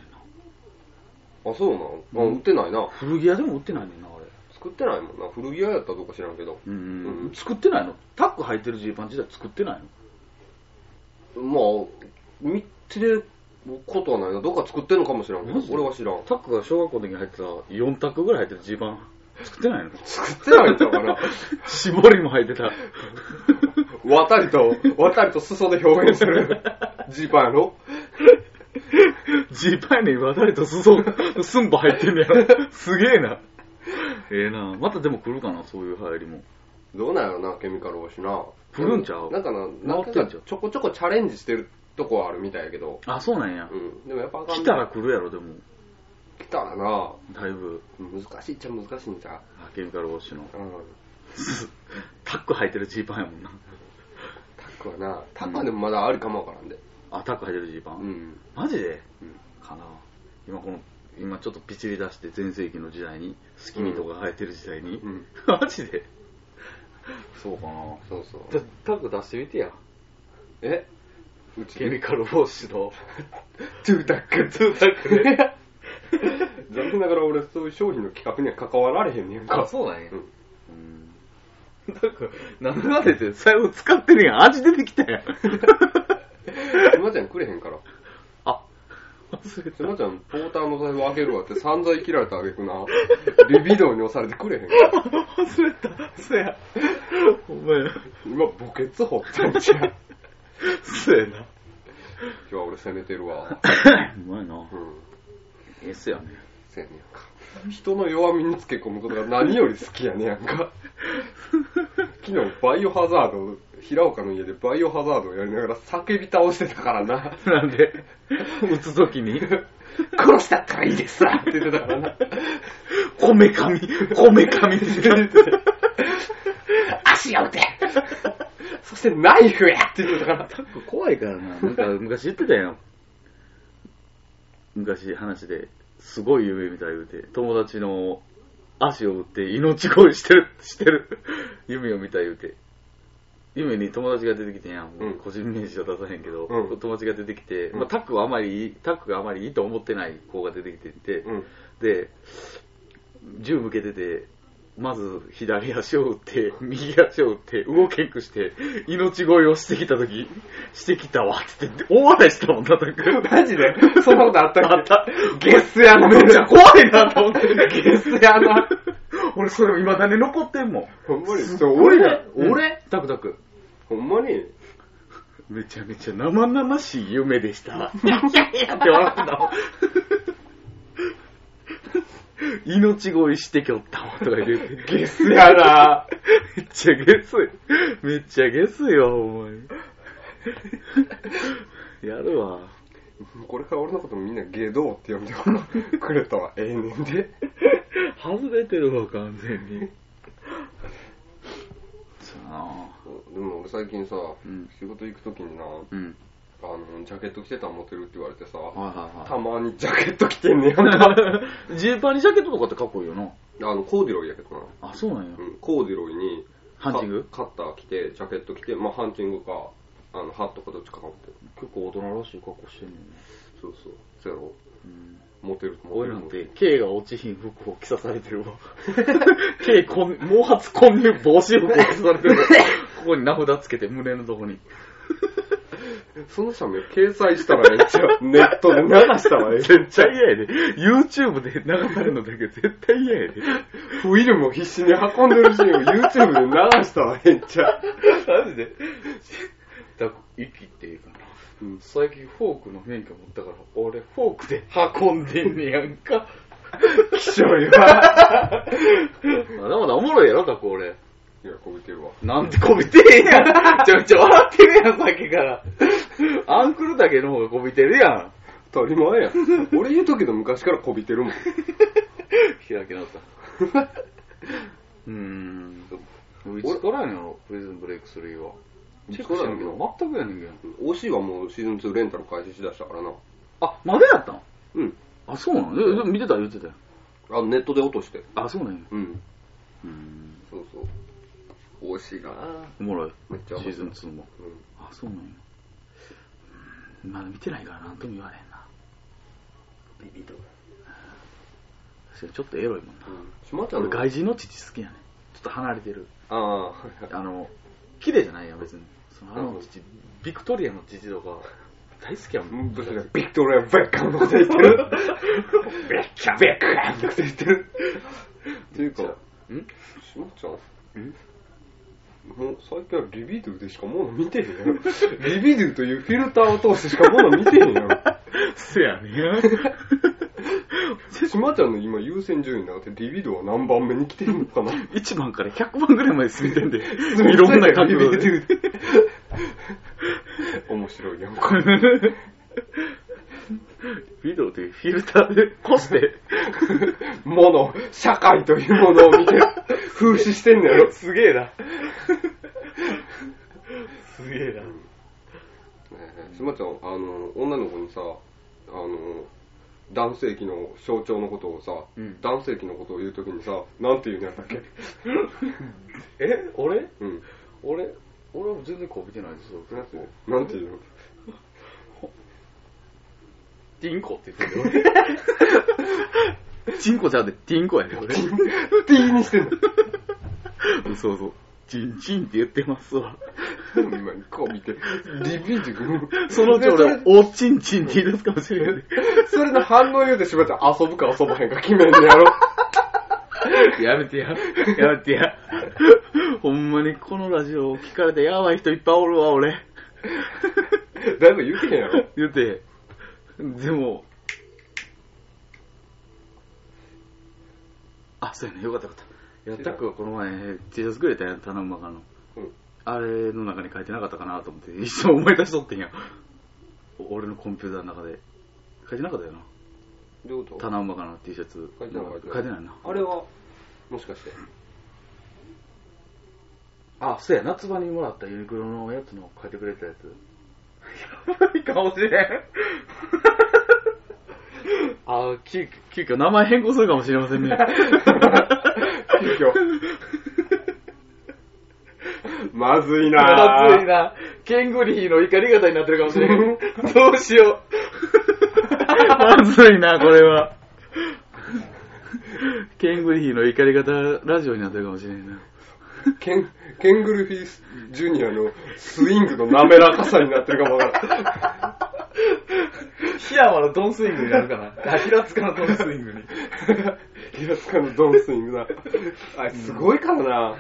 [SPEAKER 2] な。
[SPEAKER 1] あ、そうなのあ、売ってないな。
[SPEAKER 2] 古着屋でも売ってないねんな、あれ。
[SPEAKER 1] 作ってないもんな。古着屋やったとか知らんけど。
[SPEAKER 2] うん
[SPEAKER 1] うん
[SPEAKER 2] 作ってないのタック入ってるジーパン自体作ってないの
[SPEAKER 1] まあ、見てることはないな。どっか作ってんのかもしらんけど
[SPEAKER 2] マジ、で
[SPEAKER 1] 俺は知らん。
[SPEAKER 2] タックが小学校の時に入ってた4タックぐらい入ってるジーパン作ってないの
[SPEAKER 1] 作ってないんちゃう かな。
[SPEAKER 2] 絞りも入ってた。
[SPEAKER 1] 渡りと、渡りと裾で表現するジーパンやろ
[SPEAKER 2] ジーパンに渡りと裾、すんば入ってんね や。すげえな。ええなまたでも来るかな、そういう流行りも。
[SPEAKER 1] どうなんやろな、ケミカル推しな。
[SPEAKER 2] 来るんちゃう
[SPEAKER 1] なんかな、なん
[SPEAKER 2] 回って
[SPEAKER 1] か
[SPEAKER 2] んちゃう
[SPEAKER 1] ちょこちょこチャレンジしてるとこはあるみたいやけど。
[SPEAKER 2] あ、そうなんや
[SPEAKER 1] う。ん。でもやっぱあかん
[SPEAKER 2] 来たら来るやろ、でも。
[SPEAKER 1] 来たらな、
[SPEAKER 2] だいぶ、
[SPEAKER 1] 難しいっちゃ難しいんちゃ
[SPEAKER 2] あケミカルウォッシュの。
[SPEAKER 1] う。うん。
[SPEAKER 2] タック入ってるジーパンやもんな。
[SPEAKER 1] タックはな、タックはでもまだあるかもわからんで。
[SPEAKER 2] あ、タック入ってるジーパン、
[SPEAKER 1] うん。
[SPEAKER 2] マジで、
[SPEAKER 1] うん
[SPEAKER 2] かな今この、今ちょっとピチリ出して全盛期の時代に、スキニーとか生えてる時代に。
[SPEAKER 1] うん。
[SPEAKER 2] マジでそうかな
[SPEAKER 1] そうそう。
[SPEAKER 2] じゃ、タッグ出してみてや。
[SPEAKER 1] えうち
[SPEAKER 2] ケミカルウォッシュ の。
[SPEAKER 1] トゥータック、トゥータックね。 残念ながら俺そういう商品の企画には関わられへんねんか。
[SPEAKER 2] そうなんや
[SPEAKER 1] う
[SPEAKER 2] うん
[SPEAKER 1] ん。
[SPEAKER 2] タッグ、なんだって て、最後使ってるやん。味出てきたや ん。
[SPEAKER 1] 今ちゃんくれへんから。
[SPEAKER 2] あ、忘れ
[SPEAKER 1] す
[SPEAKER 2] た。
[SPEAKER 1] まちゃん、ポーターの財布開けるわって散々生きられたあげくな、リビドーに押されてくれへんから。
[SPEAKER 2] 忘れた。そや。お前、
[SPEAKER 1] 今、墓穴掘ってんじゃん。今
[SPEAKER 2] そやな。
[SPEAKER 1] 日は俺攻めてるわ。
[SPEAKER 2] うまいな
[SPEAKER 1] う。ん。
[SPEAKER 2] ええっすやね。
[SPEAKER 1] せやねんか。人の弱みにつけ込むことが何より好きやねやんか。昨日、バイオハザード、平岡の家でバイオハザードをやりながら叫び倒してたから な。
[SPEAKER 2] なんで、打つときに、
[SPEAKER 1] 殺したったらいいですわって言ってたからな。
[SPEAKER 2] こめかみ、こめかみって言ってた。
[SPEAKER 1] 足を打てそしてナイフやって言ってたから。
[SPEAKER 2] 怖 いからな。なんか昔言ってたよ。昔話で、すごい夢みたい言うて、友達の足を打って命乞いしてる、 してる夢を見た言うて。夢に友達が出てきてんやん。
[SPEAKER 1] うん
[SPEAKER 2] 個人名詞は出さへんけど、
[SPEAKER 1] うん
[SPEAKER 2] 友達が出てきて、
[SPEAKER 1] うん
[SPEAKER 2] まあ、タックはあまりいい、タックがあまりいいと思ってない子が出てきてて、
[SPEAKER 1] うん。
[SPEAKER 2] で、銃向けてて、まず左足を打 って、右足を打って、動けんくして、命乞いをしてきたとき、してきたわって言って、大笑いしてたもんな、なんか。
[SPEAKER 1] マジでそん なことあったっけ
[SPEAKER 2] あった。
[SPEAKER 1] ゲスやな、
[SPEAKER 2] めっちゃ怖いなと思って。
[SPEAKER 1] ゲスやな。
[SPEAKER 2] 俺、それ、未だに残ってんもん。
[SPEAKER 1] ほんまに、
[SPEAKER 2] すっ
[SPEAKER 1] そう
[SPEAKER 2] ご
[SPEAKER 1] 俺
[SPEAKER 2] いね
[SPEAKER 1] だ。
[SPEAKER 2] 俺タクタク。
[SPEAKER 1] ほんまに、
[SPEAKER 2] めちゃめちゃ生々しい夢でした。いやいやいやって笑ってたわ。命乞いしてきょったわとか言って。ゲス
[SPEAKER 1] やな
[SPEAKER 2] めっちゃゲスい。めっちゃゲスよ、お前。やるわ。
[SPEAKER 1] これから俺のことみんなゲドーって呼んでくれたわ。ええねんで。
[SPEAKER 2] 外れてるわ、完全に。さあ。
[SPEAKER 1] でも俺最近さ、
[SPEAKER 2] うん
[SPEAKER 1] 仕事行くときにな、
[SPEAKER 2] うん。
[SPEAKER 1] あの、ジャケット着てたらモテるって言われてさ、
[SPEAKER 2] は
[SPEAKER 1] たまにジャケット着てん ねやん
[SPEAKER 2] いはい
[SPEAKER 1] か。
[SPEAKER 2] はい。ジーパンにジャケットとかってかっこいいよな。
[SPEAKER 1] あの、コーディロイやけどな。
[SPEAKER 2] あ、そうなんや
[SPEAKER 1] う。ん、コーディロイに、
[SPEAKER 2] ハンチング
[SPEAKER 1] カカッター着て、ジャケット着て、まあハンチングか、あの、ハットかどっちかかぶってる。
[SPEAKER 2] 結構大人らしい格好してんねんね。
[SPEAKER 1] そうそう。そやろ
[SPEAKER 2] うん。
[SPEAKER 1] モテると思
[SPEAKER 2] 俺
[SPEAKER 1] う。
[SPEAKER 2] なんて、K が落ちひん服を着さされてるわ。K こん、毛髪混入防止服を着さされてるわ。 ここに名札つけて、胸のとこに。
[SPEAKER 1] その写メ掲載したらめっち ゃ、ネットで流したらええ。
[SPEAKER 2] 絶対嫌やで。YouTube で流されるのだけ絶対嫌やで。
[SPEAKER 1] フィルムを必死に運んでるシーンを YouTube で流したらめっちゃ。
[SPEAKER 2] マジで。だ息っていうかな。
[SPEAKER 1] うん
[SPEAKER 2] 最近フォークの免許持ったから、俺フォークで運んでんねやん か。
[SPEAKER 1] 気象よ。い
[SPEAKER 2] まだまだおもろいやろ、かこ俺。
[SPEAKER 1] や、こびてるわ。
[SPEAKER 2] なんてこびてへんやん。めちゃめちゃ笑ってるやん、さっきから。アンクルだけの方がこびてるやん。
[SPEAKER 1] 当たり前やん。 俺言うときの昔からこびてるもん。
[SPEAKER 2] 開き直った。うーん。いつからやねんやろ、プリズンブレイク3は。
[SPEAKER 1] い
[SPEAKER 2] チェ
[SPEAKER 1] つか
[SPEAKER 2] ックし
[SPEAKER 1] ら
[SPEAKER 2] て
[SPEAKER 1] やね
[SPEAKER 2] ん
[SPEAKER 1] んけ
[SPEAKER 2] け
[SPEAKER 1] ど
[SPEAKER 2] ど、全くやねんけど。
[SPEAKER 1] OC はもうシーズン2レンタル開始しだしたからな。
[SPEAKER 2] あ、まだやったん
[SPEAKER 1] うん。
[SPEAKER 2] あ、そうなのえでも見てた言ってたよ。
[SPEAKER 1] あのネットで落として。
[SPEAKER 2] あ、そうなんや。
[SPEAKER 1] うん。
[SPEAKER 2] うーん。
[SPEAKER 1] そうそう。OC がな。
[SPEAKER 2] おもろい。
[SPEAKER 1] めっち
[SPEAKER 2] シ
[SPEAKER 1] ゃ面白い
[SPEAKER 2] ーズン2も。
[SPEAKER 1] うん。
[SPEAKER 2] あ、そうなんや。うーんまだ見てないからなんとも言われへんな。
[SPEAKER 1] ビビド。
[SPEAKER 2] 確かにちょっとエロいもんな
[SPEAKER 1] う。ん。島ちゃん
[SPEAKER 2] 俺
[SPEAKER 1] の。
[SPEAKER 2] 外人の父好きやねんちょっと離れてる。
[SPEAKER 1] ああ、はいはい
[SPEAKER 2] あの、綺麗じゃないよ、別に。そのあの父、ビクトリアの父とか、大好きやも ん。
[SPEAKER 1] どうしたビクトリア・ベッカムのこと言ってるベッカムベッカムのこと言ってるっていうか、
[SPEAKER 2] ん
[SPEAKER 1] しまちゃん
[SPEAKER 2] ん
[SPEAKER 1] もう最近はリビドゥでしかもの見てへんやろ。リビドゥというフィルターを通してしかもの見てへんやろ。
[SPEAKER 2] そやね
[SPEAKER 1] しまちゃんの今優先順位の中でリビドゥは何番目に来てるのかな
[SPEAKER 2] 1番から100番ぐらいまで進んでんで、
[SPEAKER 1] い
[SPEAKER 2] い
[SPEAKER 1] ろ
[SPEAKER 2] ろ
[SPEAKER 1] ん
[SPEAKER 2] ん
[SPEAKER 1] な
[SPEAKER 2] な
[SPEAKER 1] 角
[SPEAKER 2] 角
[SPEAKER 1] 度
[SPEAKER 2] 度
[SPEAKER 1] で
[SPEAKER 2] で。
[SPEAKER 1] 面白いやんか。
[SPEAKER 2] これビデオというフィルターでこして、
[SPEAKER 1] もの、社会というものを見 て、風刺してんのやろ。
[SPEAKER 2] すげえな。すげえな。
[SPEAKER 1] しまちゃん、あの、女の子にさ、あの、男性器の象徴のことをさ、
[SPEAKER 2] うん
[SPEAKER 1] 男性器のことを言うときにさ、なんて言うんやったっけ
[SPEAKER 2] え、俺
[SPEAKER 1] うん。
[SPEAKER 2] 俺俺は全然こびてないですよ。
[SPEAKER 1] なんてなんて言うの
[SPEAKER 2] ティンコって言ってるよ。俺チンコじゃなくてティンコやで、俺。
[SPEAKER 1] ティーにしてんの。
[SPEAKER 2] そうそう。チンチンって言ってますわ。
[SPEAKER 1] 今にこう見て、リビージ君。
[SPEAKER 2] そのうち
[SPEAKER 1] でそ
[SPEAKER 2] 俺
[SPEAKER 1] れ、、
[SPEAKER 2] おちんちんって言い出すかもしれない。
[SPEAKER 1] それの反応言うてしまちゃん、遊ぶか遊ばへんか決めんのや ろ。
[SPEAKER 2] やめてや。やめてや。ほんまにこのラジオを聞かれてやばい人いっぱいおるわ、俺。
[SPEAKER 1] だいぶ言うてへんやろ。
[SPEAKER 2] 言うて。でも、あ、そうやね。よかったよかった。やったくはこの前、T シャツくれたやん、頼むばかの。
[SPEAKER 1] うん。
[SPEAKER 2] あれの中に書いてなかったかなと思って、一生思い出しとってんや。お俺のコンピューターの中で。書いてなかったよな。
[SPEAKER 1] どういうこと
[SPEAKER 2] 棚馬かの T シャツ。
[SPEAKER 1] 書いてない書いてない
[SPEAKER 2] 書いてないな。
[SPEAKER 1] あれは、もしかして。
[SPEAKER 2] あ、そうや、夏場にもらったユニクロのやつの書いてくれたやつ。 やばいかもしれ ん。あ、急急遽名前変更するかもしれません ね。
[SPEAKER 1] 急 遽。まずいなぁ。
[SPEAKER 2] まずいな。ケングリーの怒り方になってるかもしれ ん。どうしよ う。まずいな、これは。ケングリーの怒り方ラジオになってるかもしれん な。
[SPEAKER 1] ケン、ケングルフィースジュニアのスイングの滑らかさになってるかもわからん。
[SPEAKER 2] 檜山のドンスイングになるかな。平塚のドンスイングに。
[SPEAKER 1] 平塚のドンスイングだ。あれ、すごいからな。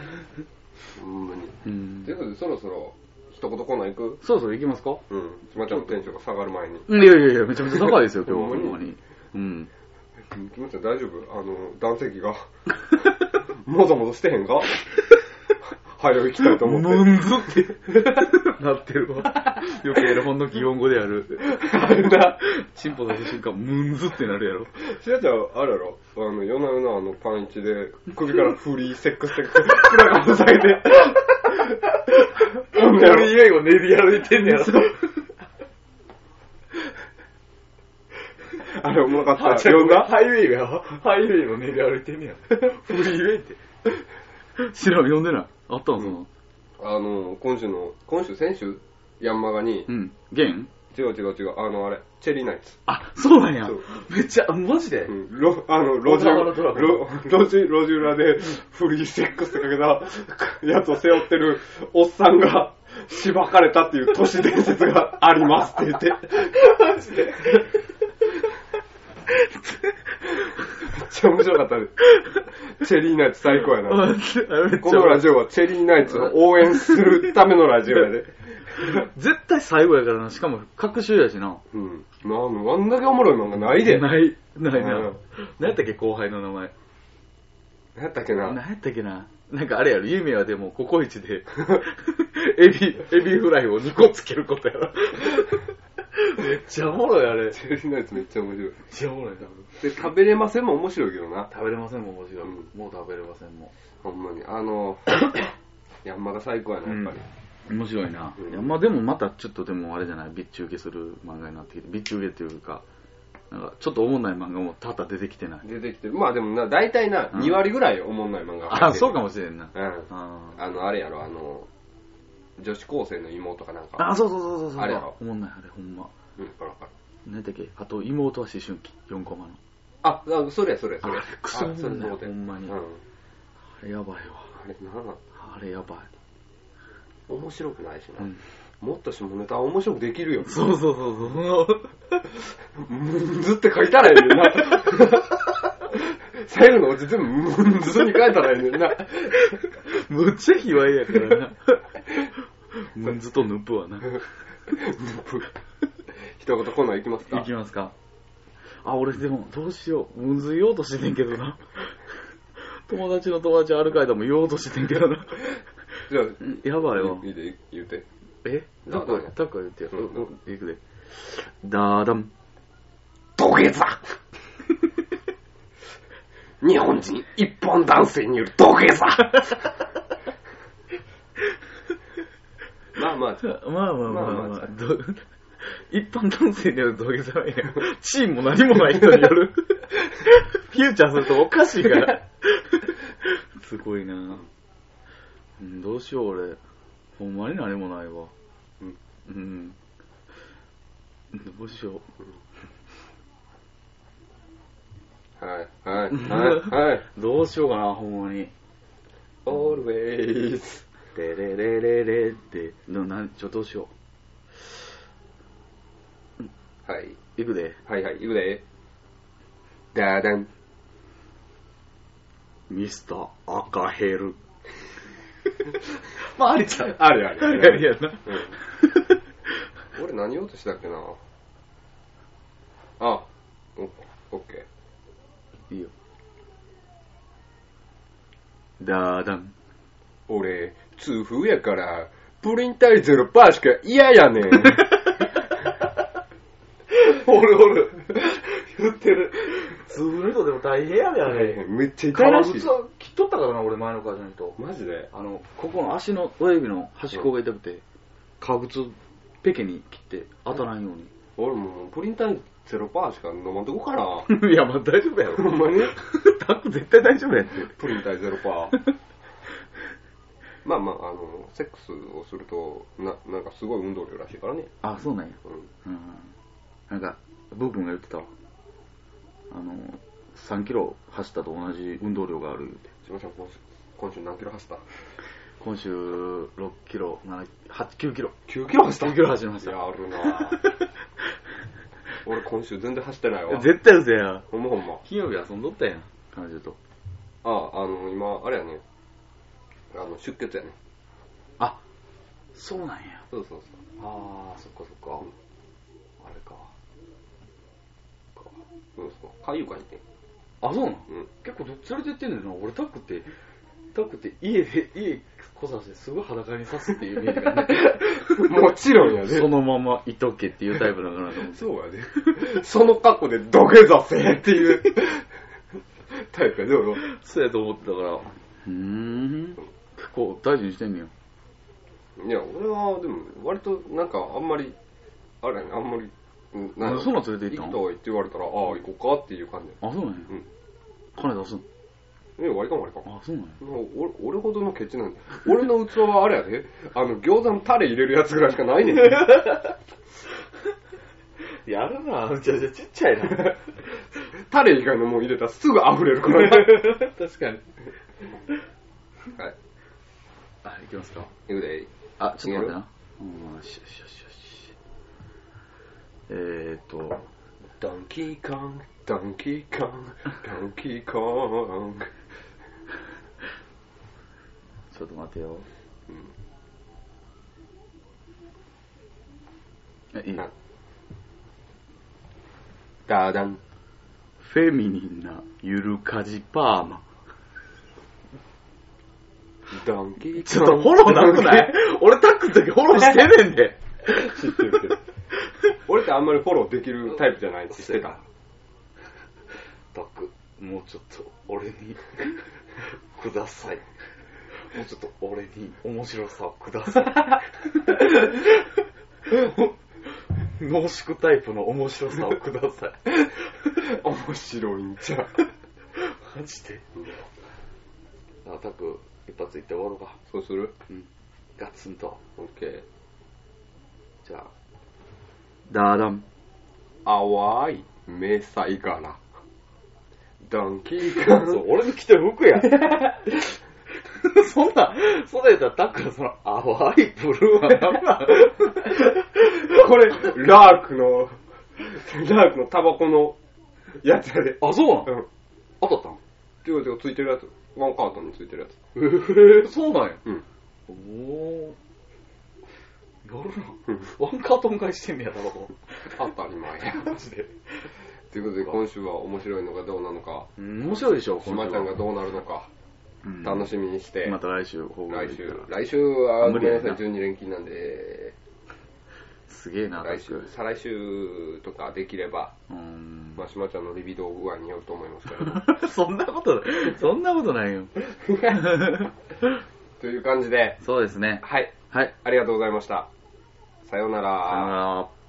[SPEAKER 1] ほんまに。
[SPEAKER 2] うん
[SPEAKER 1] ということで、そろそろ、一言コーナー行く
[SPEAKER 2] そうそう、行きますか
[SPEAKER 1] うん。スマちゃんのテンションが下がる前に。
[SPEAKER 2] いやいやいや、めちゃめちゃ高いで すよ、今日は。
[SPEAKER 1] ほ
[SPEAKER 2] ほ
[SPEAKER 1] ん
[SPEAKER 2] ん
[SPEAKER 1] ま
[SPEAKER 2] ま
[SPEAKER 1] に
[SPEAKER 2] に。うん。
[SPEAKER 1] スマちゃん大丈夫あの、男性器が、 もぞもぞしてへんか早よ行きたいと思って。
[SPEAKER 2] むんずって なってるわ。余計な本の擬音語である。
[SPEAKER 1] あれな。
[SPEAKER 2] チンポ出した瞬間、むんずってなるやろ。
[SPEAKER 1] しなちゃん、あれやろあの、夜な夜なあの、パンイチで、首からフリーセッ クステックス、背中を下げて、
[SPEAKER 2] 俺以外を練り歩いてんねやろ。
[SPEAKER 1] あれおもろか った。呼んだ
[SPEAKER 2] ハイウェイが、ハイウェイの練り歩いてんねやろ。フリーウェイって。知らん、呼んでない。あったんすな。
[SPEAKER 1] あの、今週の、今週、先週ヤンマガに
[SPEAKER 2] う、ん。ゲン
[SPEAKER 1] 違う違う違う、あの、あれ、チェリーナイツ。
[SPEAKER 2] あ、そうなんや
[SPEAKER 1] そう。
[SPEAKER 2] めっちゃ、マジで
[SPEAKER 1] うん、ロあの、路地、
[SPEAKER 2] 小田原ドラゴン
[SPEAKER 1] ロ路地、路地裏で、フリーセックスってかけたやつを背負ってるおっさんが、しばかれたっていう都市伝説がありますって言って。マジでめっちゃ面白かったね。チェリーナイツ最高や
[SPEAKER 2] あ
[SPEAKER 1] な。
[SPEAKER 2] めっちゃ
[SPEAKER 1] このラジオはチェリーナイツを応援するためのラジオやで。
[SPEAKER 2] 絶対最後やからな。しかも、各週やしな。
[SPEAKER 1] うん。まあ、あんだけおもろい漫画ないで。何
[SPEAKER 2] ない、ないな。
[SPEAKER 1] うん
[SPEAKER 2] 何やったっけ、後輩の名前。
[SPEAKER 1] やったっけな。
[SPEAKER 2] 何やったっけな。なんかあれやろ、ユミはでも、ココイチで、 エビ、エビフライを2個つけることやろ。 めっちゃおもろい、あれ。めっ
[SPEAKER 1] チェリーナイツめっちゃ面白い。
[SPEAKER 2] ちゃおもろいな。
[SPEAKER 1] で、食べれませんも面白いけどな。
[SPEAKER 2] 食べれませんもん、もちろん
[SPEAKER 1] うん。
[SPEAKER 2] もう食べれませんも
[SPEAKER 1] ほんまに。あ の、ヤンマが最高やな、やっぱり。
[SPEAKER 2] ん。面白いな。
[SPEAKER 1] うん
[SPEAKER 2] いやまあでもまたちょっとでもあれじゃない、ビッチ受けする漫画になってきて、ビッチ受けっていうか、なんかちょっとおもんない漫画も多々出てきてない。
[SPEAKER 1] 出てきてる。まあでもな、大体な、
[SPEAKER 2] うん
[SPEAKER 1] 2割ぐらいおもんない漫画
[SPEAKER 2] あ、そうか
[SPEAKER 1] も。
[SPEAKER 2] もしれんな。
[SPEAKER 1] うん。
[SPEAKER 2] あー
[SPEAKER 1] あの、あれやろ、あの、女子高生の妹かなんか。
[SPEAKER 2] あ、そうそうそうそうそう。
[SPEAKER 1] あれやろ
[SPEAKER 2] おもんない、あれほんま。
[SPEAKER 1] うん、わかるわかる。
[SPEAKER 2] 何やったっけあと、妹は思春期、4コマの。
[SPEAKER 1] あ、あそれや、それや、それや。
[SPEAKER 2] あくそ
[SPEAKER 1] あそれ
[SPEAKER 2] おもんない
[SPEAKER 1] そうで
[SPEAKER 2] ほんまに
[SPEAKER 1] うん。あ
[SPEAKER 2] あれやばいわ。
[SPEAKER 1] れな、
[SPEAKER 2] あれやばい。
[SPEAKER 1] 面白くないしな。
[SPEAKER 2] うん
[SPEAKER 1] もっと下ネタは面白くできるよ。
[SPEAKER 2] そうそうそうそう。
[SPEAKER 1] ムンズって書いたらええねんな。 最後のオチ全部ムンズに書いたらええねんな。
[SPEAKER 2] むっちゃ卑猥やから な。ムンズとヌプはな。
[SPEAKER 1] 一言コーナー行きますか
[SPEAKER 2] いきますか。あ、俺でも、どうしよう。ムンズ言おうとしてんけどな。 友達の友達アルカイダも言おうとしてんけ どな。
[SPEAKER 1] じゃあ、
[SPEAKER 2] やばいわ。
[SPEAKER 1] いいで言うて。
[SPEAKER 2] えタ
[SPEAKER 1] な
[SPEAKER 2] コ
[SPEAKER 1] なんや、
[SPEAKER 2] タコ言ってよ。
[SPEAKER 1] うん
[SPEAKER 2] おおいくで。ダーダン。
[SPEAKER 1] 土下 座日本人一般男性による土下座まあまあ、
[SPEAKER 2] まあまあ
[SPEAKER 1] ま
[SPEAKER 2] まあ
[SPEAKER 1] あま
[SPEAKER 2] ま
[SPEAKER 1] あ
[SPEAKER 2] あ。ど一般男性による土下座はや。地位も何もない人による。フューチャーするとおかしいから。すごいなうんどうしよう俺。ほんまに何もないわ。
[SPEAKER 1] うん
[SPEAKER 2] うん。どうしよ
[SPEAKER 1] はい、はい、はい、はい。
[SPEAKER 2] う。どうしようかな、ほんまに。
[SPEAKER 1] always.
[SPEAKER 2] レレレレレって、な、な、ちょ、どうしよ
[SPEAKER 1] はい、
[SPEAKER 2] う。いくで。
[SPEAKER 1] はい、はい、行くで。ダーダン。
[SPEAKER 2] ミスター赤ヘル。まあ、ありちゃう。
[SPEAKER 1] あるあるある
[SPEAKER 2] ありやな。
[SPEAKER 1] 俺何言おうとしたっけなあ、オッオッケ
[SPEAKER 2] いいよ。ダーダン。
[SPEAKER 1] ー。俺、痛風やから、プリン体ゼロパーしか嫌や ねん。
[SPEAKER 2] おるおる。言ってる。通の人でも大変やで、あれ。
[SPEAKER 1] めっちゃ痛い
[SPEAKER 2] 革
[SPEAKER 1] らしい
[SPEAKER 2] 靴。は切っとったからな、俺、前の会社の人。
[SPEAKER 1] マジで
[SPEAKER 2] あの、ここの足の親指の端っこが痛くて、革靴ペケに切って当たらんよう
[SPEAKER 1] 俺もうプリン体ゼロパーしか飲まんとこかな。
[SPEAKER 2] に。いや、まあ大丈夫や
[SPEAKER 1] ほんまに
[SPEAKER 2] タック絶対大丈夫やって。
[SPEAKER 1] プリン体ゼロパー。まあまあ、あの、セックスをすると、な、なんかすごい運動量らしいからね。
[SPEAKER 2] あ、そうなんや。
[SPEAKER 1] うん。
[SPEAKER 2] うん。なんか、僕が言ってたわあの、3キロ走ったと同じ運動量がある言うて。
[SPEAKER 1] すいません、今週今週何キロ走った
[SPEAKER 2] 今週6キロ、7、8、9キロ。
[SPEAKER 1] ?9 キロ走った
[SPEAKER 2] 9キロ走りました
[SPEAKER 1] やる なぁ俺今週全然走ってないわ。
[SPEAKER 2] 絶対嘘やん。
[SPEAKER 1] ほんまほんま。
[SPEAKER 2] 金曜日遊んどったやん。感じと。
[SPEAKER 1] あ、あの、今、あれやね。あの、出血やね。
[SPEAKER 2] あ、そうなんや。
[SPEAKER 1] そうそう
[SPEAKER 2] ああ、そっかそっか。あれか。
[SPEAKER 1] そう。そうそう。かゆかいて。
[SPEAKER 2] あ、そうなん
[SPEAKER 1] うん。
[SPEAKER 2] 結構どっち連れてってんねんな。俺タックって、タックって家で、家こさしてすぐ裸に刺すっていうイメージが ね。
[SPEAKER 1] もちろんやね。
[SPEAKER 2] そのままいとけっていうタイプなのかなと思って。
[SPEAKER 1] そうやね。その格好で土下座せえっていうタイプやで、俺は
[SPEAKER 2] そうやと思ってた から。うーん。結構大事にしてんねや。
[SPEAKER 1] いや、俺は、でも、割と、なんか、あんまり、あれやね、あんまり、うん
[SPEAKER 2] あそんなん連れて行
[SPEAKER 1] 行
[SPEAKER 2] っ
[SPEAKER 1] き
[SPEAKER 2] た
[SPEAKER 1] た
[SPEAKER 2] の
[SPEAKER 1] いって言われたら、ああ、行こうかっていう感じ
[SPEAKER 2] あ、そうなんや。
[SPEAKER 1] うん
[SPEAKER 2] 金出すん。
[SPEAKER 1] や。ね、割りかん割りかん。
[SPEAKER 2] あ、そうなんや。
[SPEAKER 1] もう俺俺ほどのケチなんだ俺の器はあれやで、あの、餃子のタレ入れるやつぐらいしかない ねん。
[SPEAKER 2] やるなじゃじゃちっちゃいな。
[SPEAKER 1] タレ以外のもん入れたらすぐ溢 れるからね。
[SPEAKER 2] 確かに。
[SPEAKER 1] はい。
[SPEAKER 2] あ、いきますか。
[SPEAKER 1] 行くで。
[SPEAKER 2] あ、ちょっと待ってな。うん、よしよしよしよし。えーっと、
[SPEAKER 1] ドンキーコング、ドンキーコング、ドンキーコング。
[SPEAKER 2] ちょっと待てよ。え、いいよ
[SPEAKER 1] ダダン。
[SPEAKER 2] フェミニンなゆるかじパーマ。
[SPEAKER 1] ドンキーコング。
[SPEAKER 2] ちょっとフォローなくない 俺タックの時フォローしてねん で。
[SPEAKER 1] 知ってるけど。俺ってあんまりフォローできるタイプじゃないって知って た。
[SPEAKER 2] タック、もうちょっと俺に ください。もうちょっと俺に面白さをください。濃縮タイプの面白さをください。
[SPEAKER 1] 面白いんちゃう。
[SPEAKER 2] マジであタック、一発いって終わろうか。
[SPEAKER 1] そうする
[SPEAKER 2] うん。ガツンと。
[SPEAKER 1] オッケー。
[SPEAKER 2] じゃあ。ダーダン。
[SPEAKER 1] 淡い迷彩柄。ドンキーコング。
[SPEAKER 2] 俺の着てる服や。そんな、そんなんやったらタックのその淡いブルーは何なん
[SPEAKER 1] これ、ラークの、ラークのタバコのやつやで。
[SPEAKER 2] あ、そうな
[SPEAKER 1] う
[SPEAKER 2] の
[SPEAKER 1] ん。
[SPEAKER 2] 当たったの
[SPEAKER 1] ていうか、ついてるやつ。ワンカートについてるやつ。
[SPEAKER 2] えー、そうなんや。
[SPEAKER 1] うん。
[SPEAKER 2] おお。やるな。
[SPEAKER 1] うん
[SPEAKER 2] ワンカートン買いしてんねや、タバコ。
[SPEAKER 1] 当たり前や。
[SPEAKER 2] マジで。
[SPEAKER 1] ということで、今週は面白いのがどうなのか、
[SPEAKER 2] 面白いでしょ、こ
[SPEAKER 1] 島ちゃんがどうなるのか、楽しみにして、
[SPEAKER 2] また来週、報告
[SPEAKER 1] 来
[SPEAKER 2] できた
[SPEAKER 1] 週
[SPEAKER 2] ら。、
[SPEAKER 1] 来週は、ごめ
[SPEAKER 2] 無理
[SPEAKER 1] ん
[SPEAKER 2] や
[SPEAKER 1] な
[SPEAKER 2] な
[SPEAKER 1] さい、12連勤なんで、
[SPEAKER 2] すげえな、
[SPEAKER 1] 来
[SPEAKER 2] タッ
[SPEAKER 1] 週
[SPEAKER 2] ク、
[SPEAKER 1] 再来週とかできれば、
[SPEAKER 2] うーん
[SPEAKER 1] まあ、島ちゃんのリビドー具合によると思いますけど。
[SPEAKER 2] そんなことない、そんなことないよ。
[SPEAKER 1] という感じで、
[SPEAKER 2] そうですね。
[SPEAKER 1] はい、
[SPEAKER 2] はい。
[SPEAKER 1] ありがとうございました。さような
[SPEAKER 2] さよなら。